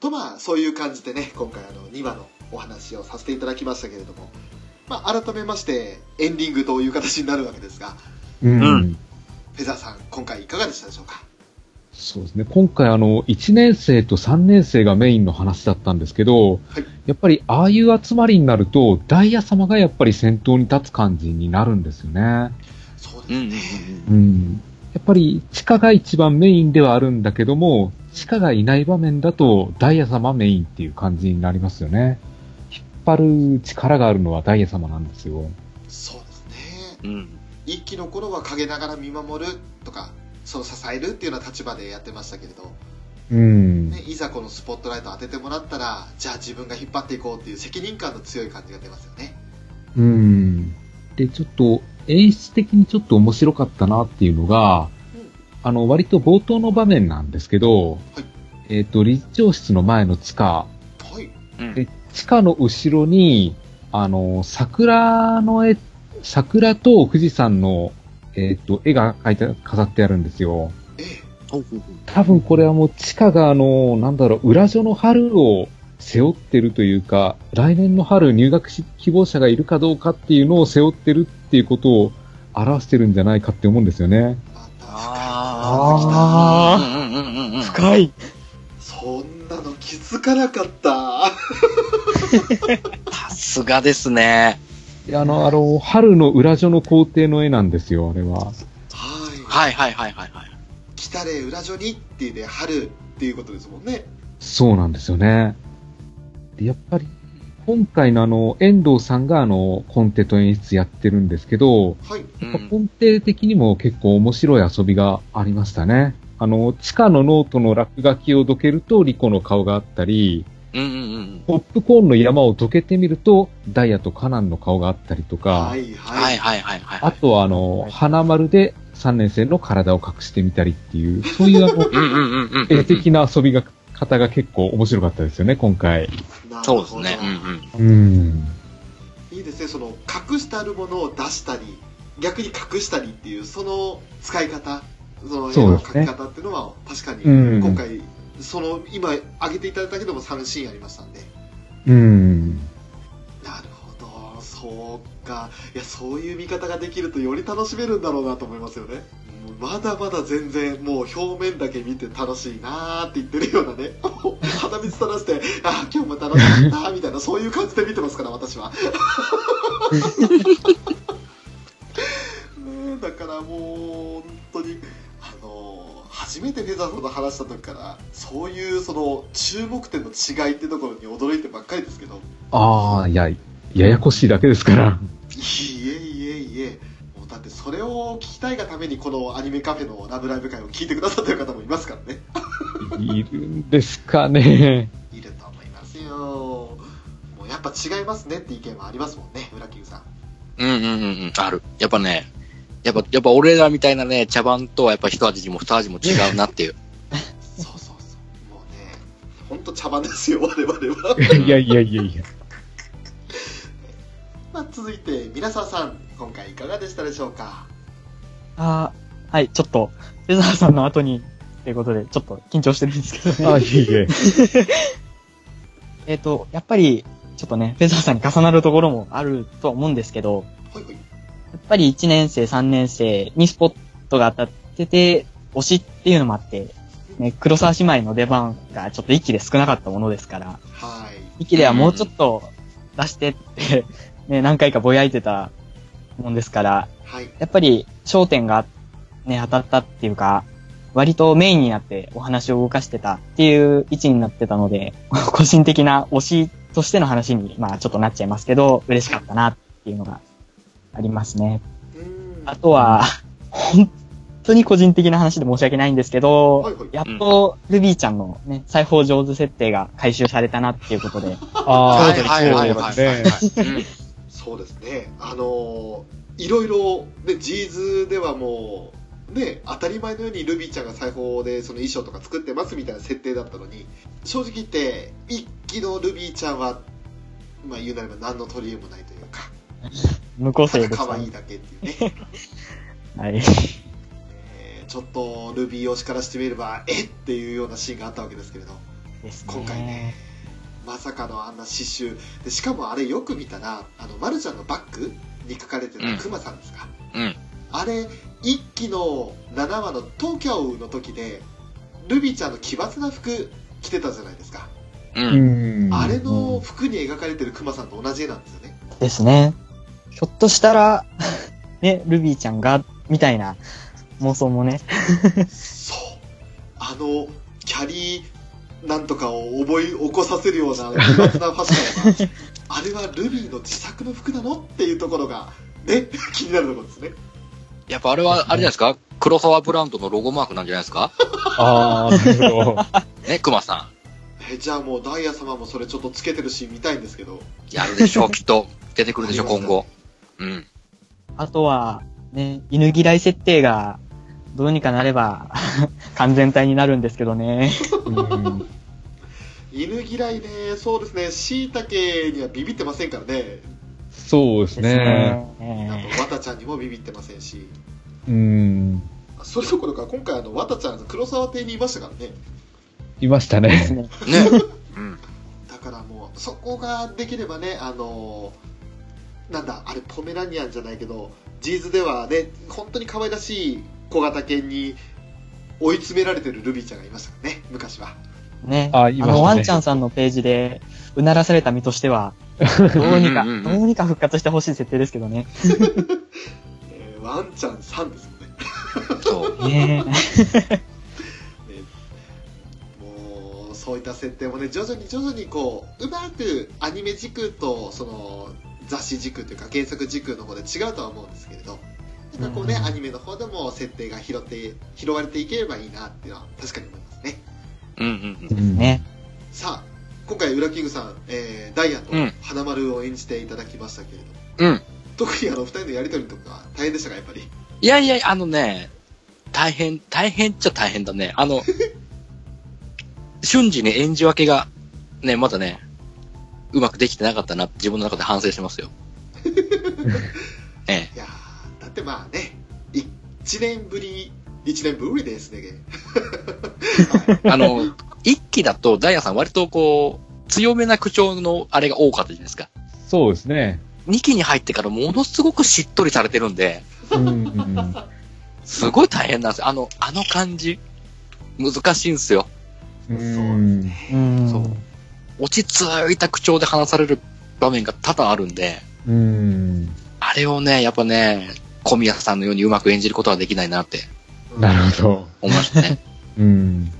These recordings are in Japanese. とまあそういう感じでね今回あの2話のお話をさせていただきましたけれども、まあ、改めましてエンディングという形になるわけですがうん。うんフェザーさん今回いかがでしたでしょうかそうですね。今回あの、1年生と3年生がメインの話だったんですけど、はいやっぱりああいう集まりになると、ダイヤ様がやっぱり先頭に立つ感じになるんですよね。そううですんね、うん。やっぱり地下が一番メインではあるんだけども、地下がいない場面だとダイヤ様メインっていう感じになりますよね。引っ張る力があるのはダイヤ様なんですよ。そうですねうんうん一期の頃は陰ながら見守るとかそう支えるっていうような立場でやってましたけれど、うん。ね、いざこのスポットライト当ててもらったらじゃあ自分が引っ張っていこうっていう責任感の強い感じが出ますよねうん。で、ちょっと演出的にちょっと面白かったなっていうのが、うんあの、割と冒頭の場面なんですけど、えっ、と、理事長室の前の地下、はいうんで地下の後ろに、あの、桜の絵、桜と富士山の、えっ、と、絵が描いて、飾ってあるんですよ。ええほうほうほ多分これはもう地下があの、なんだろう、裏所の春を背負ってるというか、来年の春入学し希望者がいるかどうかっていうのを背負ってるっていうことを表してるんじゃないかって思うんですよね。またう深いうんうんうんうん深い。そんなの気づかなかったさすがですね。であの、あの、春の裏所の校庭の絵なんですよ、あれは。はい、はいはいはいはいはい。来たれ裏所にっていうね春っていうことですもんねそうなんですよね。でやっぱり、今回のあの、遠藤さんがあの、コンテと演出やってるんですけど、はいうんコンテ的にも結構面白い遊びがありましたね。あの、地下のノートの落書きをどけるとリコの顔があったり、うんうんうん。ポップコーンの山をどけてみるとダイヤとカナンの顔があったりとか、はいはい、はいはいはいはい。あとはあの、花丸で3年生の体を隠してみたりっていう、そういうあの、うんうんうんうんうん。絵的な遊びが、方が結構面白かったですよね、今回。なるそうほどですね。うんううん。ん。いいですねその隠してあるものを出したり逆に隠したりっていうその使い方その絵そうのですね描き方っていうのは確かにうん今回その今挙げていただいたけども3シーンありましたんでうん。なるほどそうかいやそういう見方ができるとより楽しめるんだろうなと思いますよねもうまだまだ全然もう表面だけ見て楽しいなーって言ってるようなねもう鼻水垂らしてあー今日も楽しかったーみたいなそういう感じで見てますから私は うんだからもう本当にあのー初めてフェザーさんと話した時からそういうその注目点の違いってところに驚いてばっかりですけどああ、いや、ややこしいだけですから。いえいえいえもうだってそれを聞きたいがためにこのアニメカフェの「ラブライブ!」会を聞いてくださってる方もいますからねいるんですかね。いると思いますよもうやっぱ違いますねって意見はありますもんね裏キングさんうんうんうんうん。ある。やっぱね、やっぱ、やっぱ俺らみたいなね、茶番とはやっぱ一味も二味も違うなっていう。そうそうそうもうねほんと茶番ですよ我々は いやいやいやいや。まあ続いて皆沢さん今回いかがでしたでしょうかあーはい、ちょっと、フェザーさんの後に、ということで、ちょっと緊張してるんですけどあね。いえいえ。えっと、やっぱり、ちょっとね、フェザーさんに重なるところもあるとは思うんですけど、ほいほいやっぱり1年生、3年生にスポットが当たってて、推しっていうのもあって、ね、黒沢姉妹の出番がちょっと一気で少なかったものですから、はい一気ではもうちょっと出してって、ね、何回かぼやいてたもんですから、はいやっぱり焦点がね、当たったっていうか、割とメインになってお話を動かしてたっていう位置になってたので、 個人的な推しとしての話に、まあちょっとなっちゃいますけど、嬉しかったなっていうのがありますね。うんあとは、本当に個人的な話で申し訳ないんですけど、はいはいやっとルビーちゃんのね、裁縫上手設定が回収されたなっていうことで、ああ、はいはいはいはいはいね。はい。そうですね、あのーいろいろ、ね、ジーズではもう、ね、当たり前のようにルビーちゃんが裁縫でその衣装とか作ってますみたいな設定だったのに、正直言って、一期のルビーちゃんは、まあ、言うなれば何の取り柄もないというか、無個ただ性でした可愛いね。だけっていうね、はい。えーちょっとルビー推しからしてみれば、えっていうようなシーンがあったわけですけれど、ですね。今回ね。まさかのあんな刺繍でしかもあれよく見たらあのまるちゃんのバッグに書かれてうたんクマさんですか、うんあれ一期の7話の東京の時でルビーちゃんの奇抜な服着てたじゃないですか、うん。うん。あれの服に描かれてるクマさんと同じ絵なんですよねですね。ひょっとしたら、 ね、ルビーちゃんが、みたいな妄想もね。そうあのキャリーなんとかを思い起こさせるような奇抜なファッションがあれはルビーの自作の服なのっていうところがね気になるところですねやっぱあれは、あれじゃないですか黒沢ブランドのロゴマークなんじゃないですかああ、なるほど。ね、熊さえじゃあもうダイヤ様もそれちょっとつけてるシーン見たいんですけどん。やるでしょう、きっと。出てくるでしょ、あります今後。うん。あとは、ね、犬嫌い設定が、どうにかなれば、 完全体になるんですけどね。うん犬嫌いねそうですねしいたけにはビビってませんからねそうですね。あねとわたちゃんにもビビってませんしうん。それどころか今回あのわたちゃん黒沢邸にいましたからねいましたでねす。ね。ね。うん。だからもうそこができればねあのなんだあれポメラニアンじゃないけどジーズではね本当に可愛らしい小型犬に追い詰められてるルビーちゃんがいましたからね昔はね。 あ言いましたねの、ワンちゃんさんのページで、うならされた身とし ては、どうにか、うんうんうんどうにか復活してほしい設定ですけどね。えーワンちゃん3ですもんね そう。ねもうそういった設定もね徐々に徐々にこううまくアニメ軸とその雑誌軸というか原作軸の方で違うとは思うんですけれどなんかこうね、うんアニメの方でも設定が拾って拾われていければいいなっていうのは確かに思いますねうんうんううん。んね。さあ今回ウラキングさん、えーダイアンとうん花丸を演じていただきましたけれども、うん。特にあの2人のやりとりとか大変でしたかやっぱりいやいや、あのね、大変、大変っちゃ大変だね。あ の、瞬時に演じ分けが、ね、まだね、うまくできてなかったなって自分の中で反省してますよ。 ええ。いやーだってまあね1年ぶり1年ぶりですね、あの、一期だとダイヤさん割とこう、強めな口調のあれが多かったじゃないですか。そうですね。二期に入ってからものすごくしっとりされてるんで、うんうんすごい大変なんですよ。あの、あの感じ、難しいんですよ。うそうですんねうん。そう落ち着いた口調で話される場面が多々あるんで、うん。あれをね、やっぱね、小宮さんのようにうまく演じることはできないなってうんなるほど。思いましたね。うん。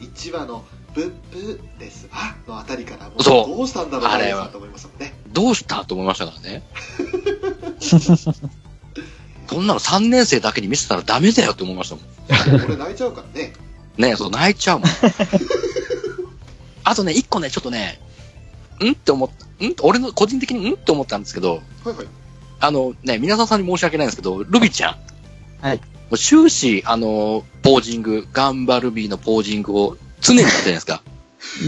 1話の「ブッブですわ」のあたりからもうそうどうしたんだろうあれ大はさんと思いましたもんねどうしたと思いましたからね。そんなの3年生だけに見せたらダメだよって思いましたもん。俺泣いちゃうから ねねそう、泣いちゃうもん。あとね、一個ね、ちょっとね、んって思った、ん俺の個人的にんって思ったんですけど、はいはいあのね、皆さんさんに申し訳ないんですけど、ルビちゃん。はいもう終始、あの、ポージング、ガンバルビーのポージングを常にやってるじゃないですか。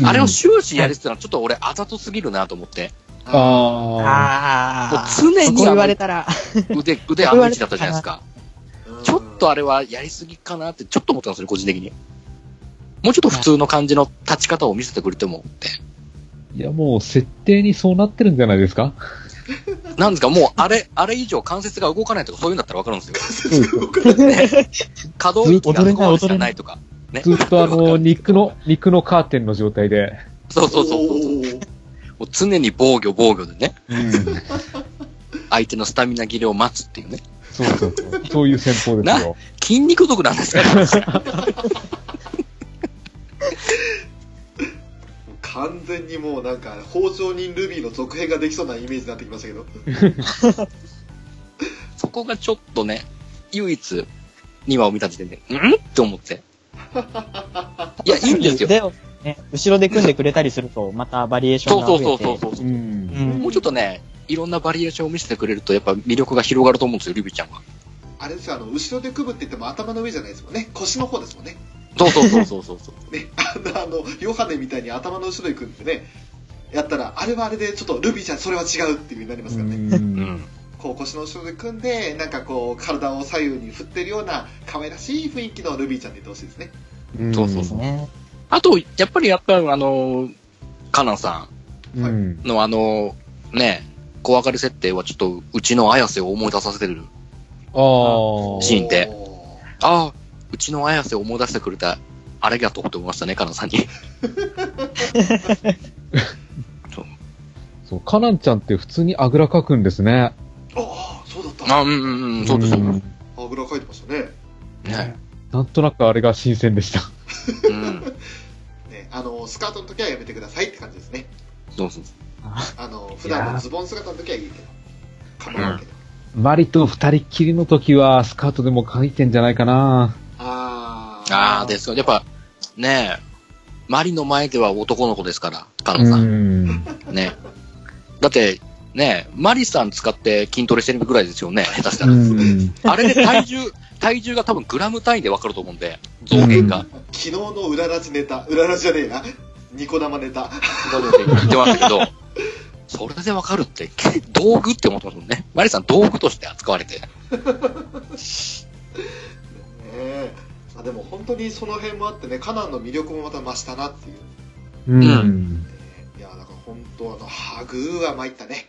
あれを終始やりつつのはちょっと俺あざとすぎるなと思って。ああ。ああ。もう常にそこ言われたら、腕、腕あの位置だったじゃないですか。うんちょっとあれはやりすぎかなってちょっと思ったんですよ、個人的に。もうちょっと普通の感じの立ち方を見せてくれてもって。いや、もう設定にそうなってるんじゃないですかなんですか、もうあれ、あれ以上関節が動かないとかそういうんだったらわかるんですよ。そうですよ可動域がそこまでしかないとか。ね。ずっとあ の、肉の、肉のカーテンの状態で。そうそうそうそう。おーもう常に防御防御でね、うん。相手のスタミナ切れを待つっていうね。そうそうそう。そういう戦法ですよ。筋肉毒なんです から。完全にもうなんか包丁人ルビーの続編ができそうなイメージになってきましたけどそこがちょっとね、唯一2話を見た時点で、うんって思 って。いや、いいんですよ。腕をね、後ろで組んでくれたりすると、またバリエーショそンうがそ増うえて。そうそうそう。うん。んもうちょっとね、いろんなバリエーションを見せてくれると、やっぱ魅力が広がると思うんですよ、リビちゃんは。あれですよあの後ろで組むって言っても頭の上じゃないですもんね腰の方ですもんね そうそうそうそうそうそう。 ねあのあのヨハネみたいに頭の後ろに組んでねやったらあれはあれでちょっとルビーちゃんそれは違うっていう風になりますからね、ううんん。こう腰の後ろで組んでなんかこう体を左右に振ってるような可愛らしい雰囲気のルビーちゃんでいてほしいですねそうそうですね。あと、やっぱり、やっぱり、あの、カナンさはいうん。んのあの、ね、怖がる設定はちょっと、うちの綾瀬を思い出させてる。ああ。シーンでおああ、うちの綾瀬を思い出してくれた、ありがとうと思いましたね、カナンさんに。そう、カナンちゃんって普通にあぐらかくんですね。ーあーそうだった あうんうんうん、そうです、そうでんあぐらかいてましたねす。ね。なんとなくあれが新鮮でした。うん。ねあのスカートの時はやめてくださいって感じですねそうそうそあの普段のズボン姿の時はいいけどかまわんけど、マリと二人っきりの時はスカートでも書いてんじゃないかな。あう。ああ、ですすよ。やっぱ、ねえ、マリの前では男の子ですから、カナンさん。ん。ね。だって、ね、マリさん使って筋トレしてるぐらいですよね、下手したうら。ん。あれで 体重、体重が多分グラム単位で分かると思うんで、増減が。昨日の裏ラジネタ裏ラジじゃねえな ニコ生ネタ言ってましたけど、それで分かるって、道具って思ってますもんね。マリさん道具として扱われて。ねえあでも本当にその辺もあってねカナンの魅力もまた増したなっていう、ねう。うんいやだから本当あのハグーは参ったね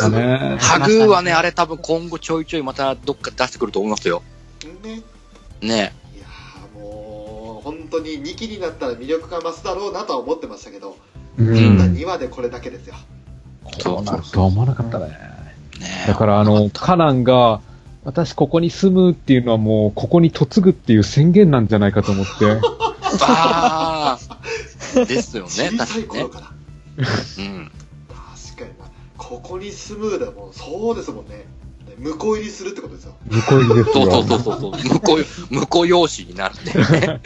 だね。ハグーはね、あれ多分今後ちょいちょいまたどっか出してくると思いますよ。ねね。いやーもう本当に2期になったら魅力が増すだろうなとは思ってましたけど、そう。んなん2話でこれだけですよそうなるとは思わなかったね。ねだからあの、カナンが、私ここに住むっていうのはもう、ここに嫁ぐっていう宣言なんじゃないかと 思って。あーですよね、 小さい確かに頃ね。から、うん。確かになここに住むだもんそうですもんねね向こう入りするってことですよ向こう入りですそうよ。そうそうそう。向こう、向こう用紙になるっていうね。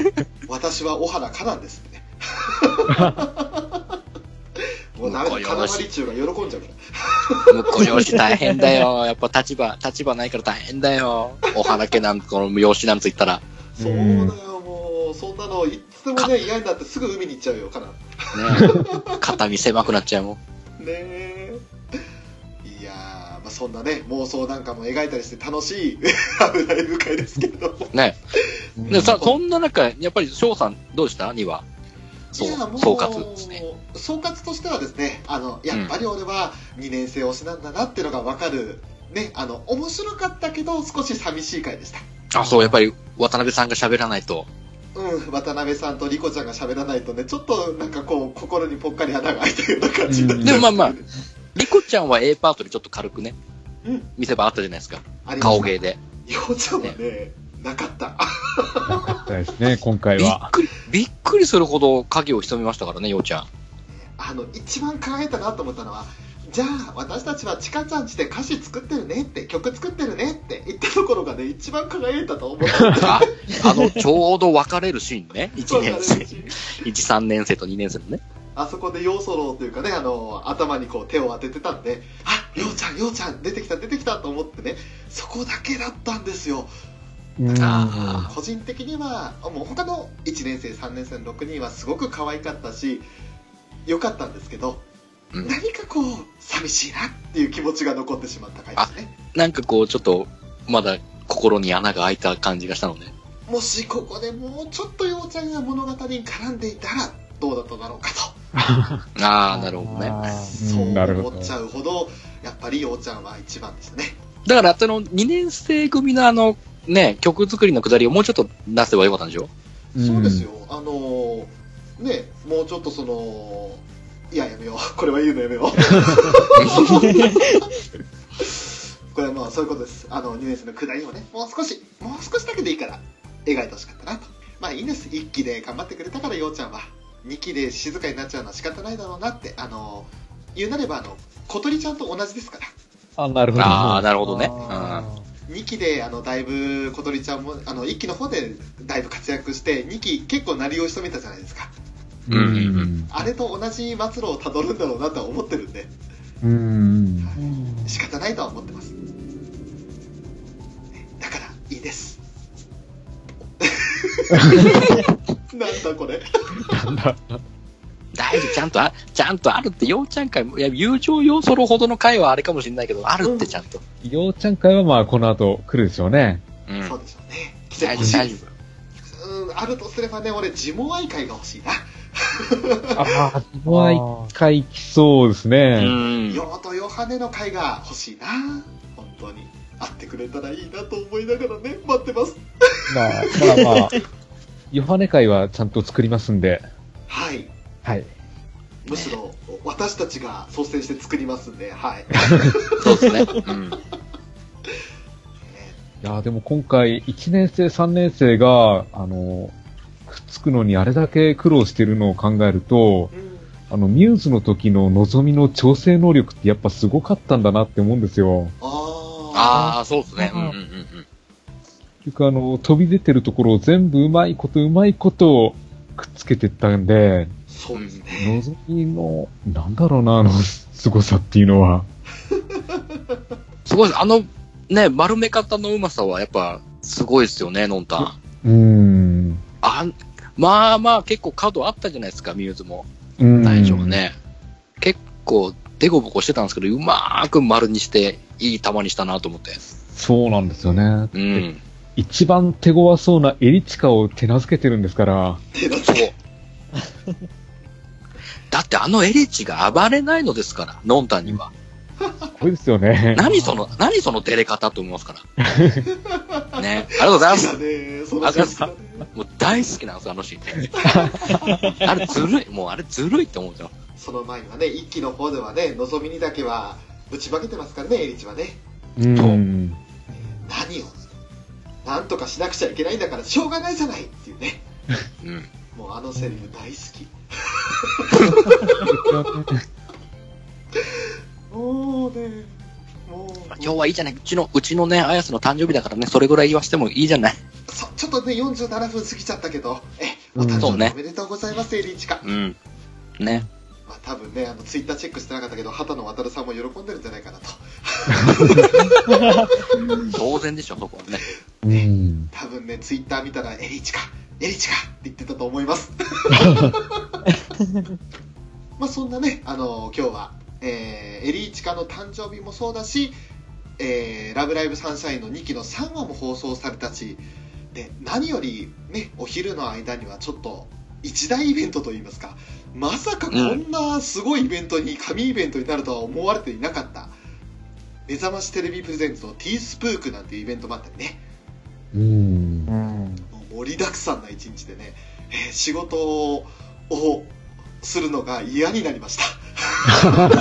私は小原カナンです ってねもうダメだカナマリチュウが喜んじゃうから向こう用紙大変だよ。やっぱ立場、立場ないから大変だよ。お花家なんこの用紙なんて言ったら。そうだよ、もう、そんなの、いつでもかね、嫌になってすぐ海に行っちゃうよ、かな。ねね、肩身狭くなっちゃうもん。え。いやー、まあ、そんなね、妄想なんかも描いたりして楽しい、 危ない部会ですけれども。ね。うんでさ、そんな中、やっぱり翔さんどうでしたには。そういやも、う総括ですね。総括としてはですね、あの、やっぱり俺は2年生推しなんだなっていうのがわかる、ね、あの、面白かったけど、少し寂しい回でした。あ、そう、やっぱり渡辺さんが喋らないと。うん、渡辺さんとリコちゃんが喋らないとね、ちょっとなんかこう、心にぽっかり穴が開いたような感じになっちゃうでもまあまリコちゃんは A パートでちょっと軽くね、うん見せ場あったじゃないですか。ありました顔芸で。ようちゃんはね、なかった。なかったですね、今回びっは。くり、びっくりするほど影を潜みましたからね、ようちゃん。あの、一番輝いたなと思ったのは、じゃあ、私たちはチカちゃんちで歌詞作ってるねって、曲作ってるねって言ったところがね、一番輝いたと思った。あ、あの、ちょうど別れるシーンね。1年生、1、3年生と2年生のね。あそこでヨウソロウというかね、あの、頭にこう手を当ててたんで、あ、ヨウちゃん、ヨウちゃん、出てきた、出てきたと思ってね、そこだけだったんですよ。うんあ個人的には、もう他の1年生、3年生の6人はすごく可愛かったし、良かったんですけど、うん何かこう、寂しいなっていう気持ちが残ってしまった回ですね。なんかこう、ちょっと、まだ心に穴が開いた感じがしたのね。もしここでもうちょっとようちゃんが物語に絡んでいたら、どうだっただろうかああ、なるほどね。あと、ーそうなるほ思どっちゃうほど、やっぱりようちゃんは一番でしたね。だから、その、2年生組のあの、ね、曲作りのくだりをもうちょっと出せばよかったんでしょそうですよ。あのーね、もうちょっとその、いや、やめよう。 これは言うのやめよう。これはまあ、そういうことです。あの、2年生の下りをね、もう少し、もう少しだけでいいから、描いてほしかったなと。まあ、いいんです。1期で頑張ってくれたから、ようちゃんは。2期で静かになっちゃうのは仕方ないだろうなって、あのー言うなれば、あの、小鳥ちゃんと同じですから。あ、なるほど。ああ、なるほどね。あー2期であのだいぶ小鳥ちゃんもあの1期の方でだいぶ活躍して2期結構鳴りをしとめたじゃないですかうんうんあれと同じ末路をたどるんだろうなとは思ってるんで、うん。うん。うん仕方ないとは思ってます。だから、いい です。なんだこれ。大事、ちゃんとあ、ちゃんとあるって、ようちゃん会も、いや、友情要ソロほどの会はあれかもしれないけど、あるってちゃんと。ようちゃん会はまあ、この後来るでしょうね。うん。そうでしょうね。来て大ほ事、し大い。事。うん、あるとすればね、俺、ジモ愛会が欲しいな。ああ、すごい。一回来そうですうね。ん。ヨーとヨハネの会が欲しいな。本当に。会ってくれたらいいなと思いながらね、待ってます。まあ、まあまあ、ヨハネ会はちゃんと作りますんで。はい。はい。むしろ、私たちが率先して作りますんで、 はい。そうですね。うん。いやーでも今回、1年生、3年生が、あの、くっつくのにあれだけ苦労してるのを考えると、うんあの、ミューズの時の望みの調整能力ってやっぱすごかったんだなって思うんですよ。あああ、そうですね。うんうんうんうん。結局あの、飛び出てるところを全部うまいことうまいことくっつけてったんあ、で、そうですね。望みの、なんだろうな、あの、 凄さっていうのは。すごいです。あの、ね、丸め方のうまさはやっぱ、すごいですよね、のんたん。うーん。あん、まあまあ結構角あったじゃないですか、ミューズも。うーん大丈夫。ね。結構、デコボコしてたんですけど、うまーく丸にして、いい球にしたなと思って。そうなんですよね。うん。一番手強そうなエリチカを手なずけてるんですから。手だそうけ。。だってあのエリチが暴れないのですから、ノンタンには。これですよ ね。何その、何その照れ方と思いますから。ね。ありがとうござ好いまきすだ。ね。その好きだね。もう大好きなんですよ、あのシー ン。あれずるい、もうあれずるいって思うじゃん。その前にはね、一期の方ではね、のぞみにだけは、ぶちまけてますからね、エリチはね。うん。何をなんとかしなくちゃいけないんだからしょうがないじゃないっていうねうん。もうあのセリフ大好きもうねもう今日はいいじゃない。うちの、うちのね、綾瀬の誕生日だからね、それぐらい言わせてもいいじゃない。そちょっとね47分過ぎちゃったけどえうんお誕そ生うね日おめでとうございます、エリーチカ、うん。ね。まあ、多分ねあのツイッターチェックしてなかったけど畑野渉さんも喜んでるんじゃないかなと当然でしょ、そこはね。うん。多分ねツイッター見たらエリーチカエリーチカって言ってたと思いますまあそんなねあの今日は、えーエリーチカの誕生日もそうだし「えーラブライブサンシャイン」の2期の3話も放送されたしで何よりねお昼の間にはちょっと一大イベントといいますかまさかこんなすごいイベントに神イベントになるとは思われていなかった「目覚ましテレビプレゼンツ」の「ティースプーク」なんていうイベントもあったりねうんう。ん。もう盛りだくさんな一日でね、えー仕事をするのが嫌になりました。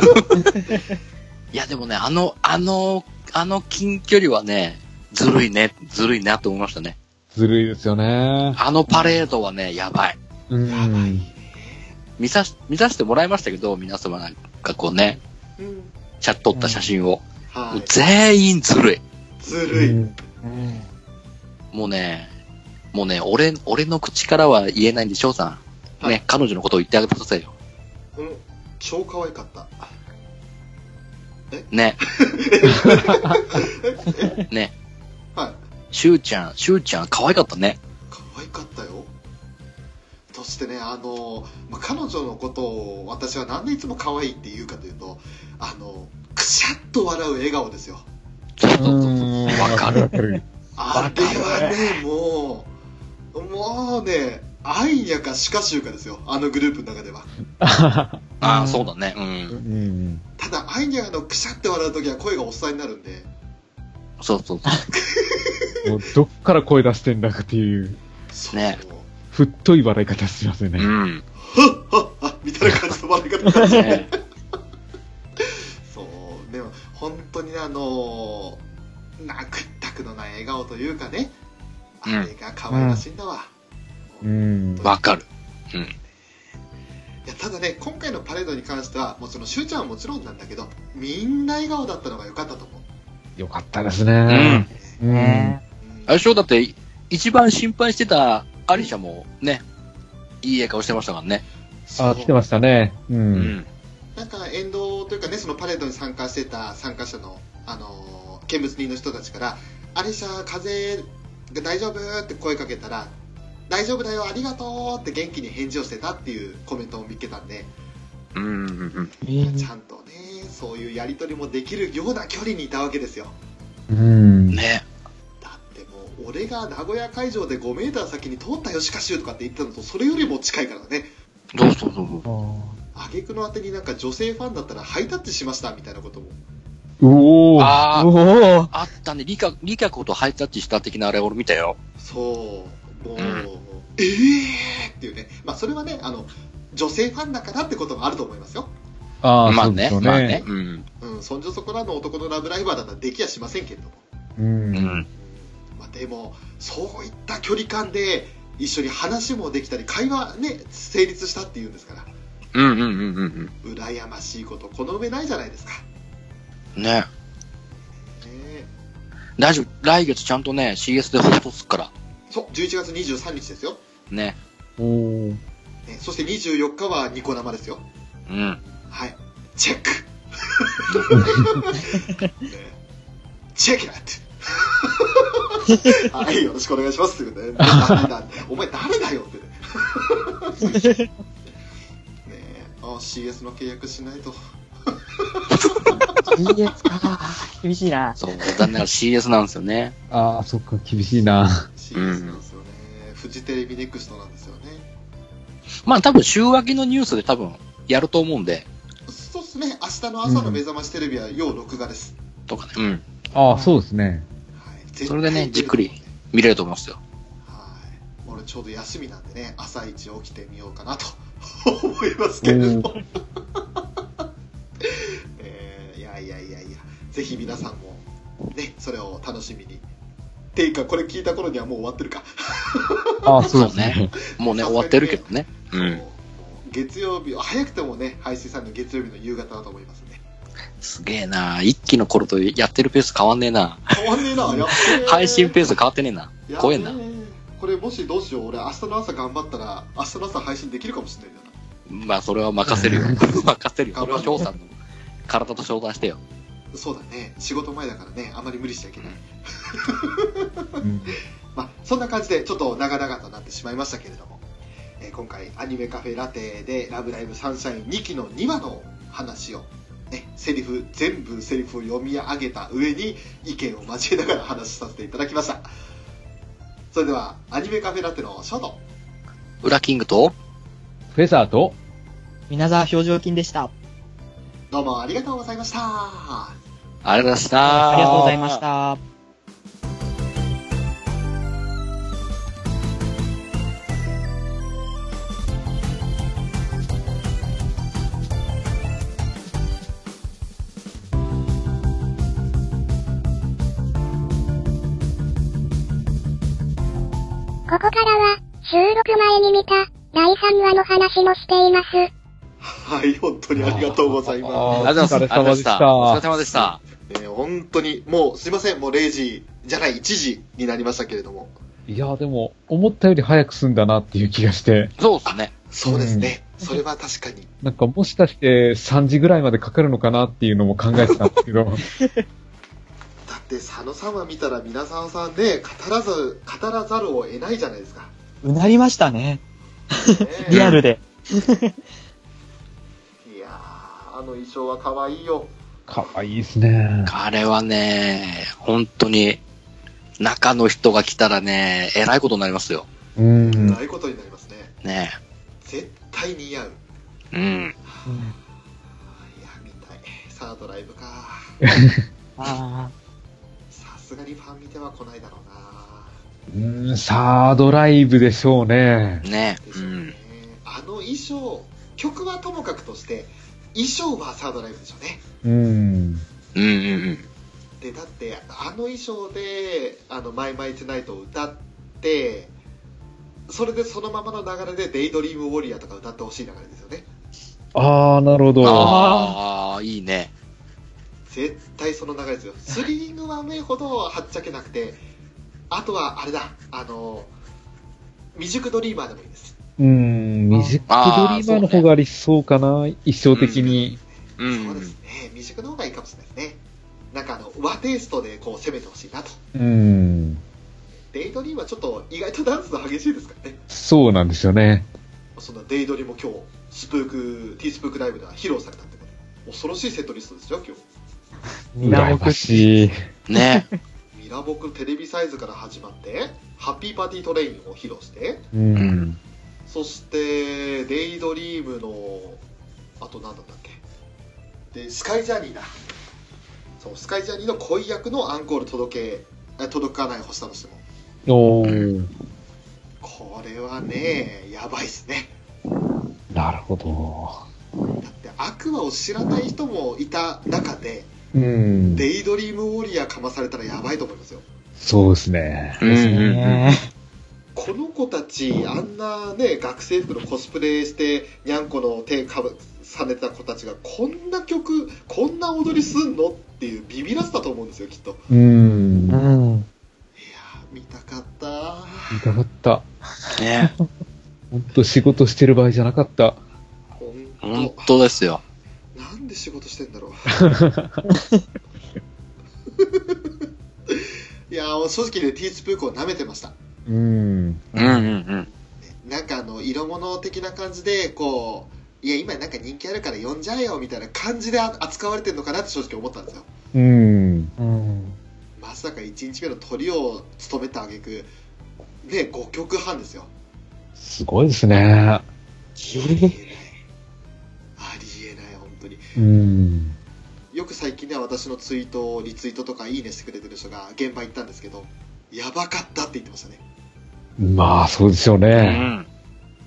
いや、でもね、あの、あの、あの近距離はね、ずるいね、ずるいなと思いましたね。ずるいですよね。あのパレードはね、やばい。うやばいん。ね。見さし、見させてもらいましたけど、皆様なんかこうね、うん、チャットった写真を。はもうい。全員ずるい。ずるい。うん。もうね、もうね、俺、俺の口からは言えないんで、翔さん。ね、はい彼女のことを言ってあげてくださいよ。うん、超可愛かった。ね、えね、はい。しゅうちゃん、しゅうちゃん、可愛かったね。可愛かったよ。そしてね、あの、まあ、彼女のことを私はなんでいつも可愛いって言うかというと、あの、くしゃっと笑う笑顔ですよ。そうそうそうそう。わかる。わかる。あれはね、もう、もうね、あいやかしかしゅうかですよ。あのグループの中では。ああ、そうだね。う。うんん。ただアイニャがのくしゃって笑う時は声がおっさんになるんでそうそうそう。もうどっから声出してんだかっていう、そうねふっとい笑い方してますよねう。ん。ふっはっはみたいな感じの笑い方がね そうでも本当にねあのーなくったくのない笑顔というかねあうんれが可愛らしいんだわ、うん。わかる。いやただね今回のパレードに関してはもちろんしゅうちゃんはもちろんなんだけどみんな笑顔だったのが良かったと思う、よかったですね。うねうんあれでしょだって、一番心配してたアリシャもね、いい笑顔してましたからね。そうあ、来てましたね。う。。うんなんか沿道というかねそのパレードに参加してた参加者の、あのー見物人の人たちから「アリシャ風が大丈夫?」って声かけたら「大丈夫だよありがとう」って元気に返事をしてたっていうコメントを見つけたんで、うんうんうん。ちゃんとねそういうやり取りもできるような距離にいたわけですようん。ね。だってもう俺が名古屋会場で5メーター先に通ったよしかしゅとかって言ったのとそれよりも近いからねそうそうそうそう。挙句のあてになんか女性ファンだったらハイタッチしましたみたいなこともうおー。あーおーあったね、リカ、リカことハイタッチした的なあれ俺見たよ。そうもう、うんええーっていうねまあそれはねあの女性ファンだからってこともあると思いますよあーまあそうでねすよ、まあね。うん。うんそんじょそこらの男のラブライバーだったらできやしませんけれども、う。うんん。まあ、でもそういった距離感で一緒に話もできたり会話ね成立したっていうんですからうんうんうんうん羨ましいことこの上ないじゃないですか、ねうん。ねえ大丈夫。来月ちゃんとね、CS で放送すっから。そう11月23日ですよ、ね。おー。ねそして24日はニコ生ですようん。はいチェッ クねチェックだ ってはいよろしくお願いしますっていうね誰だお前誰だよってね ねえあ CS の契約しないと CS か。厳しいな。そう、残念ながら CS なんですよね。あー、そっか、厳しいな。 CS なんですよね、フジテレビネクストなんですよねまあ多分週明けのニュースで多分やると思うんで、そうですね明日の朝の目覚ましテレビは要録画です、とかね。うん。あー、そうですね。はいそれでねじっくり見れると思いますよ。はい俺ちょうど休みなんでね朝一起きてみようかなと 思いますけれど も、えーいやいやいやいやぜひ皆さんもねそれを楽しみにっていうかこれ聞いた頃にはもう終わってるか、あー、そうですね。もうね、終わってるけどね。うもん。う月曜日早くてもね配信さんの月曜日の夕方だと思いますね すげえな一期の頃とやってるペース変わんねえな変わんねえなやっべー配信ペース変わってねえな。やっべ怖ーえな。これもしどうしよう俺明日の朝頑張ったら明日の朝配信できるかもしれないんだなまあ、それは任せるよ。任せるよ。それは翔さんの体と相談してよ。そうだね仕事前だからねあまり無理しちゃいけない、うんまあ、そんな感じでちょっと長々となってしまいましたけれども、えー今回アニメカフェラテで「ラブライブサンシャイン」2期の2話の話を、ね、セリフ全部セリフを読み上げた上に意見を交えながら話しさせていただきましたそれではアニメカフェラテのショート裏キングと、フェザーと、皆沢表情筋でした。どうもありがとうございましたありがとうございました。ありがとうございました。ここからは、収録前に見た、第3話の話もしています。はい本当にありがとうございます あありがとうございます。お疲れ様でしたお疲れ様でした。えー本当に、もうすいません、もう0時じゃない、1時になりましたけれども。いやーでも、思ったより早く済んだなっていう気がして、そうですね。そうですね。それは確かに。なんかもしかして3時ぐらいまでかかるのかなっていうのも考えてたんですけ ど、だって、佐野さんは見たら皆さんさんで、語らず、語らざるを得ないじゃないですか。うなりましたねね。リアルで。いやー、あの衣装は可愛いよ。かわいいですね。あれはね、本当に、中の人が来たらね、えらいことになりますよ。うん。ないことになりますね。ね絶対似合う。え。うん。いや、見たい。サードライブか。あさすがにファン見ては来ないだろうな。うん、サードライブでしょうね。ねでえ。うしょうね。ん。あの衣装、曲はともかくとして、衣装はサードライブでしょうね。うん。うんうんでだってあの衣装で「あのマイマイ・トゥナイト」を歌ってそれでそのままの流れで「デイ・ドリーム・ウォリアー」とか歌ってほしい流れですよねあー、なるほうん。ど。ああ、いいね。絶対その流れですよスリリング・ワンウェイほどはっちゃけなくてあとはあれだあの未熟ドリーマーでもいいですうん、ミジックドリーマーの方が理想かな、一生的に。うそうでんす。ね未熟の方がいいかもしれないですねなんかあの和テイストでこう攻めてほしいなとうん。デイ・ドリームはちょっと意外とダンスが激しいですからねそうなんですよね。そのデイドリも今日、スプーク、T スプークライブでは披露されたってことで、恐ろしいセットリストですよ、今あ。羨ましい。ね日。ミラボクテレビサイズから始まって、ハッピーパーティートレインを披露して、うん。そして、デイドリームの、あと何だったっけで、スカイジャーニーだ。そう、スカイジャーニーの恋役のアンコール届け、あ届かない星だとしても。おー。これはね、やばいっすね。なるほど。だって、悪魔を知らない人もいた中で、うん。デイドリームウォリアーかまされたらやばいと思いますよ。そうですね。うんですうんうんね。この子たち、あんなね、学生服のコスプレして、にゃんこの手かぶされた子たちが、こんな曲、こんな踊りすんのっていう、ビビらせたと思うんですよ、きっと。いうん。う見ん。やー、見たかった。たかった。ねほんと仕事してる場合じゃなかった。ほんと本当ですよ。なんで仕事してん だろう。いやー、正直ね、ティースプークを舐めてました。うん。うんうんうん。なんかあの色物的な感じでこういや今なんか人気あるから呼んじゃえよみたいな感じであ扱われてるのかなって正直思ったんですようん。うん。まさか1日目のトリを務めた挙句ね5曲半ですよすごいですね。ありえないありえない本当にうん。よく最近では私のツイートをリツイートとかいいねしてくれてる人が現場行ったんですけどやばかったって言ってましたねまあ、そうでしょううね。ん。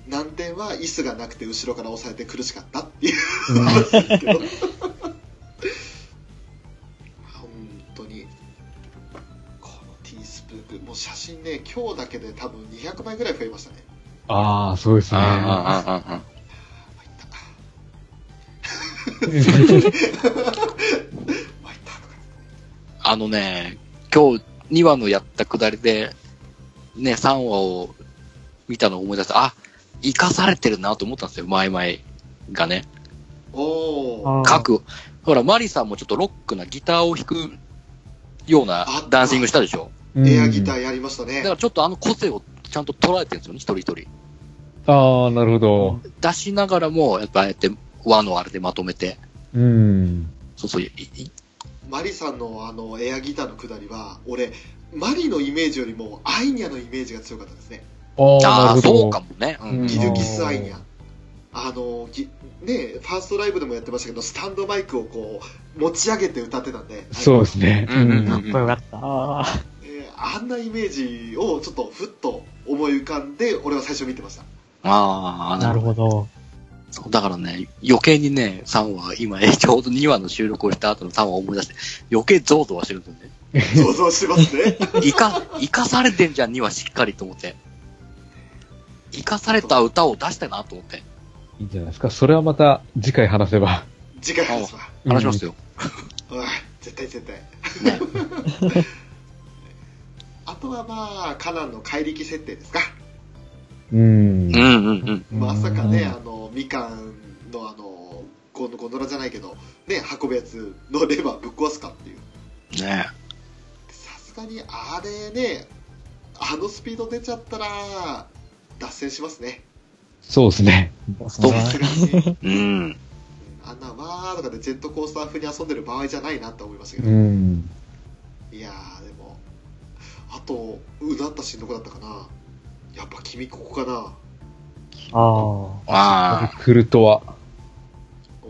難点は椅子がなくて後ろから押されて苦しかったっていう話ですけど本当にこのティースプークもう写真ね今日だけで多分200枚ぐらい増えましたねああ、そうですあね。あああああ参ったう参ったとかあのね、今日2話のやったくだりで、ね、3話を見たのを思い出して、あ、生かされてるなと思ったんですよ、前々がね。おおあー各、ほら、マリさんもちょっとロックなギターを弾くようなダンシングしたでしょ。んエアギターやりましたねだからちょっとあの個性をちゃんと捉えてるんですよね、一人一人。ああ、なるほど。出しながらも、やっぱああやって和のあれでまとめて、うん。そうそう、いいマリさんのあのエアギターのくだりは俺マリのイメージよりもアイニャのイメージが強かったですねあああ、なあ、るほど。そうかもね。うんうんギルギスアイニャあのぎねファーストライブでもやってましたけどスタンドマイクをこう持ち上げて歌ってたんでそうですね。うんうんうんかっこよかった。あーえーあんなイメージをちょっとふっと思い浮かんで俺は最初見てましたああ、ななるるほほど。ど。だからね、余計にね、3話、今、ちょうど2話の収録をした後の3話を思い出して、余計ゾーゾーはしてるんですよね。想像してますね生か、 生かされてんじゃん、2話しっかりと思って。生かされた歌を出したなと思って。いいんじゃないですか。それはまた次回話せば。次回話すわ話しますよ。うわ絶対絶対ね あとはまあカナンの怪力設定ですか、うんう。んうんうん。まさかねうんあのみかんのあのゴンゴンドラじゃないけどね運ぶやつのレバーぶっ壊すかっていうねさすがにあれねあのスピード出ちゃったら脱線しますねそうですね。そうですさねす。がにねうん。あんなわーとかでジェットコースター風に遊んでる場合じゃないなって思いましたけうど、ん。いやーでもあとうなったしんどこだったかなやっぱ君ここかなああクルトは。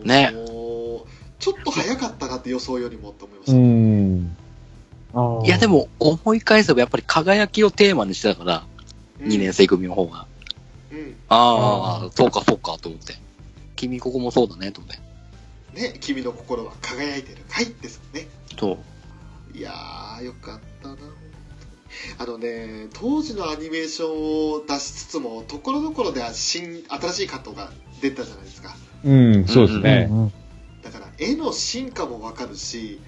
ねもうちょっと早かったなって予想よりもって思いましうた、ん。あ あ。。いや、で、も、思い返せばやっぱり輝きをテーマにしてたから、うん2年生組の方が。うんああ、そうかそうかと思って。君ここもそうだね、と思って。ね君の心は輝いてるかいですよねそう。いやーよかったなあのね当時のアニメーションを出しつつもところどころでは新新しいカットが出たじゃないですかうん、そうですね。うんうんだから絵の進化もわかるし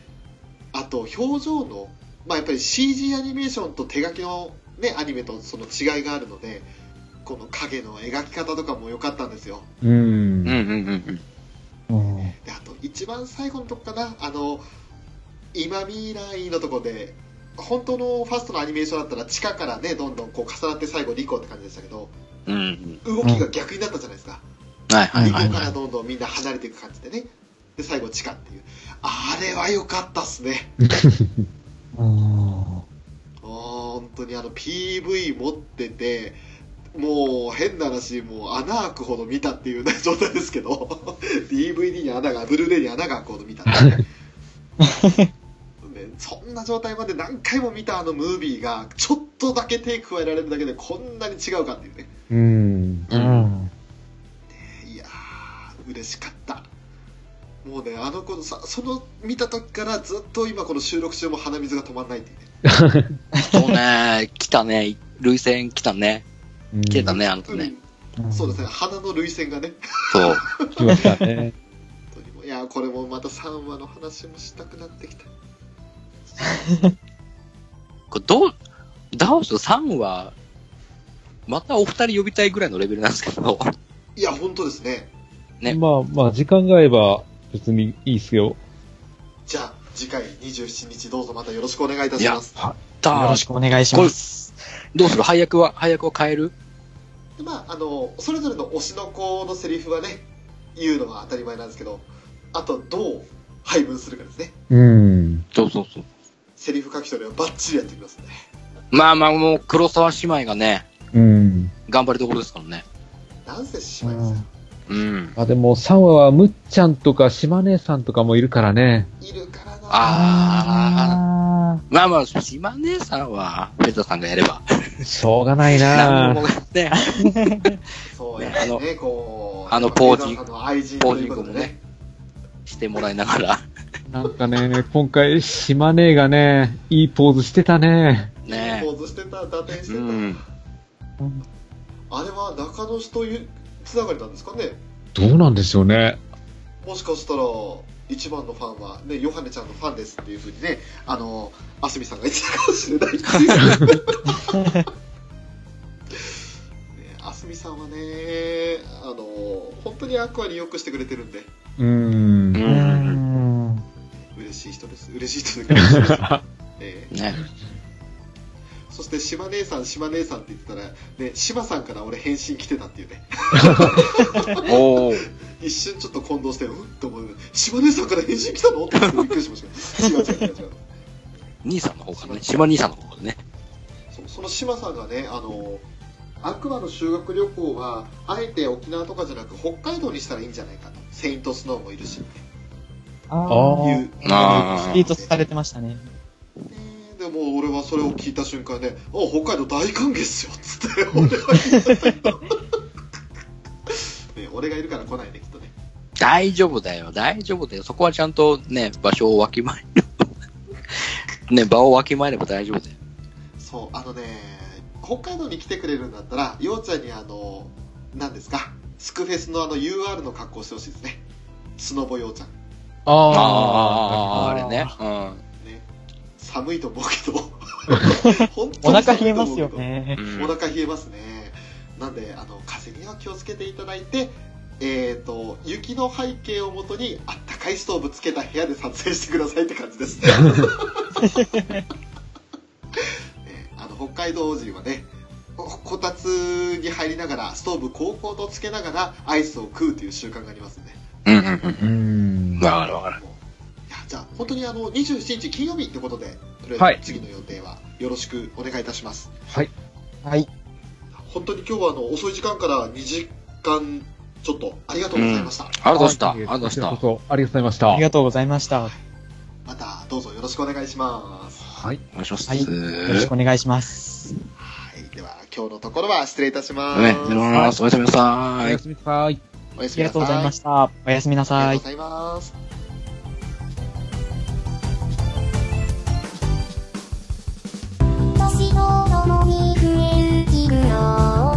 あと表情の、まあ、やっぱり CG アニメーションと手書きの、ね、アニメとその違いがあるのでこの影の描き方とかも良かったんですよううんん。うんうんうん。であと一番最後のとこかなあの今未来のとこで本当のファーストのアニメーションだったら地下からねどんどんこう重なって最後リコって感じでしたけどうん。うんう動ん。きが逆になったじゃないですか、はいはいリはいコかはらい。どんどんみんな離れていく感じでねで最後地下っていうあれは良かったっすねうんあー本当にあの PV 持っててもう変な話もう穴開くほど見たっていうね 状態ですけど DVD に穴がブルーレイに穴が開くほど見た、ね、そんな状態まで何回も見たあのムービーがちょっとだけ手加えられるだけでこんなに違うかっていうねうん。う。うんん。いやー嬉しかったもうねあの子のさその見た時からずっと今この収録中も鼻水が止まらないっていうねそうね、来たね、涙腺来たね。来てたね、あの子ね。うんそうですね鼻の涙腺がねそう。うん。来ましたね。本当にもういやこれもまた3話の話もしたくなってきたこれどう、ダオシと3は、またお二人呼びたいぐらいのレベルなんですけど、いや本当ですね ねまあまあ、時間があれば別にいいっすよ。じゃあ次回27日どうぞまたよろしくお願いいたしますよろしくお願いします。どうする配役は、配役を変えるでまああのそれぞれの推しの子のセリフはね言うのは当たり前なんですけどあとどう配分するかですねうん。そうそうそう。セリフ書き取りはバッチリやってきますねまあまあ、もう黒沢姉妹がね、うん。頑張りどころですからね。なんせしうまいますんねうん。まあでも、3話はむっちゃんとか島姉さんとかもいるからね。いるからなああー。まあまあ、島姉さんは、ペタさんがやれば。 しょうがないなんなもね、そうやねねあのねこうあのポージングあの愛人ポとーいジンうこグともでねね、してもらいながら。なんかね、今回、島姉がね、いいポーズしてたね。いいねポーズしてた打点してうた、ん。あれは中野市というつながりなんですかねどうなんでしょうね。もしかしたら一番のファンは、ね、ヨハネちゃんのファンですっていうふうにねあのあすみさんが言ってたかもしれないっていうねあすみさんはねあの本当にアクアによくしてくれてるんでう。うん。ー。うんん。嬉しい人です嬉しい人で嬉しいです、 ええね。そして島姉さん島姉さんって言ってたら、ね、島さんから俺返信来てたっていうねおー。一瞬ちょっと混同してうんと思う島姉さんから返信来たのってびっくりしましたけど違う違う違う違う兄さんの方からね。島兄さんの方からね。そうその島さんがねあの悪魔の修学旅行はあえて沖縄とかじゃなく北海道にしたらいいんじゃないかとセイントスノーもいるしあいーうあーリートされてましたねね。でも俺はそれを聞いた瞬間ね「あ北海道大歓迎っすよ」っつって俺は言ったけ どね俺がいるから来ないねきっとね大丈夫だよ、大丈夫だよ。そこはちゃんとね、場所をわきまえる。ね、場をわきまえれ ば大丈夫だよ。そうあのね北海道に来てくれるんだったらようちゃんにあの何ですかスクフェスのあの UR の格好をしてほしいですねスノボようちゃんああ、あーれね。ね、寒いと思うけど 本当おに寒いと思うけど腹冷えますよねう。ん。お腹冷えますねなんであの風には気をつけていただいてえー、と雪の背景をもとにあったかいストーブつけた部屋で撮影してくださいって感じですねあの北海道人はねここたつに入りながらストーブ高校とつけながらアイスを食うという習慣がありますねうんうんううん。ん。わかるわかる。いやじゃあ本当にあの27日金曜日ってことでとりあはえいず次の予定はよろしくお願いいたします、はい。本当に今日はあの遅い時間から2時間ちょっとありがとうございました、ありがとうございました。あはりいがとうございこちらこましそありがとうござあいりましがとうございました。よまたどうぞよろしくお願いしますた。はい。た。お願いします。はいろしくお願いします。はいでは今日のところは失礼いたします、ね、お願いします。おやすみなさおいや。すみなさい。おやあすりみなさがいとうございました。おやすみなあさりいがとうご。ざいます年とともに増える気苦労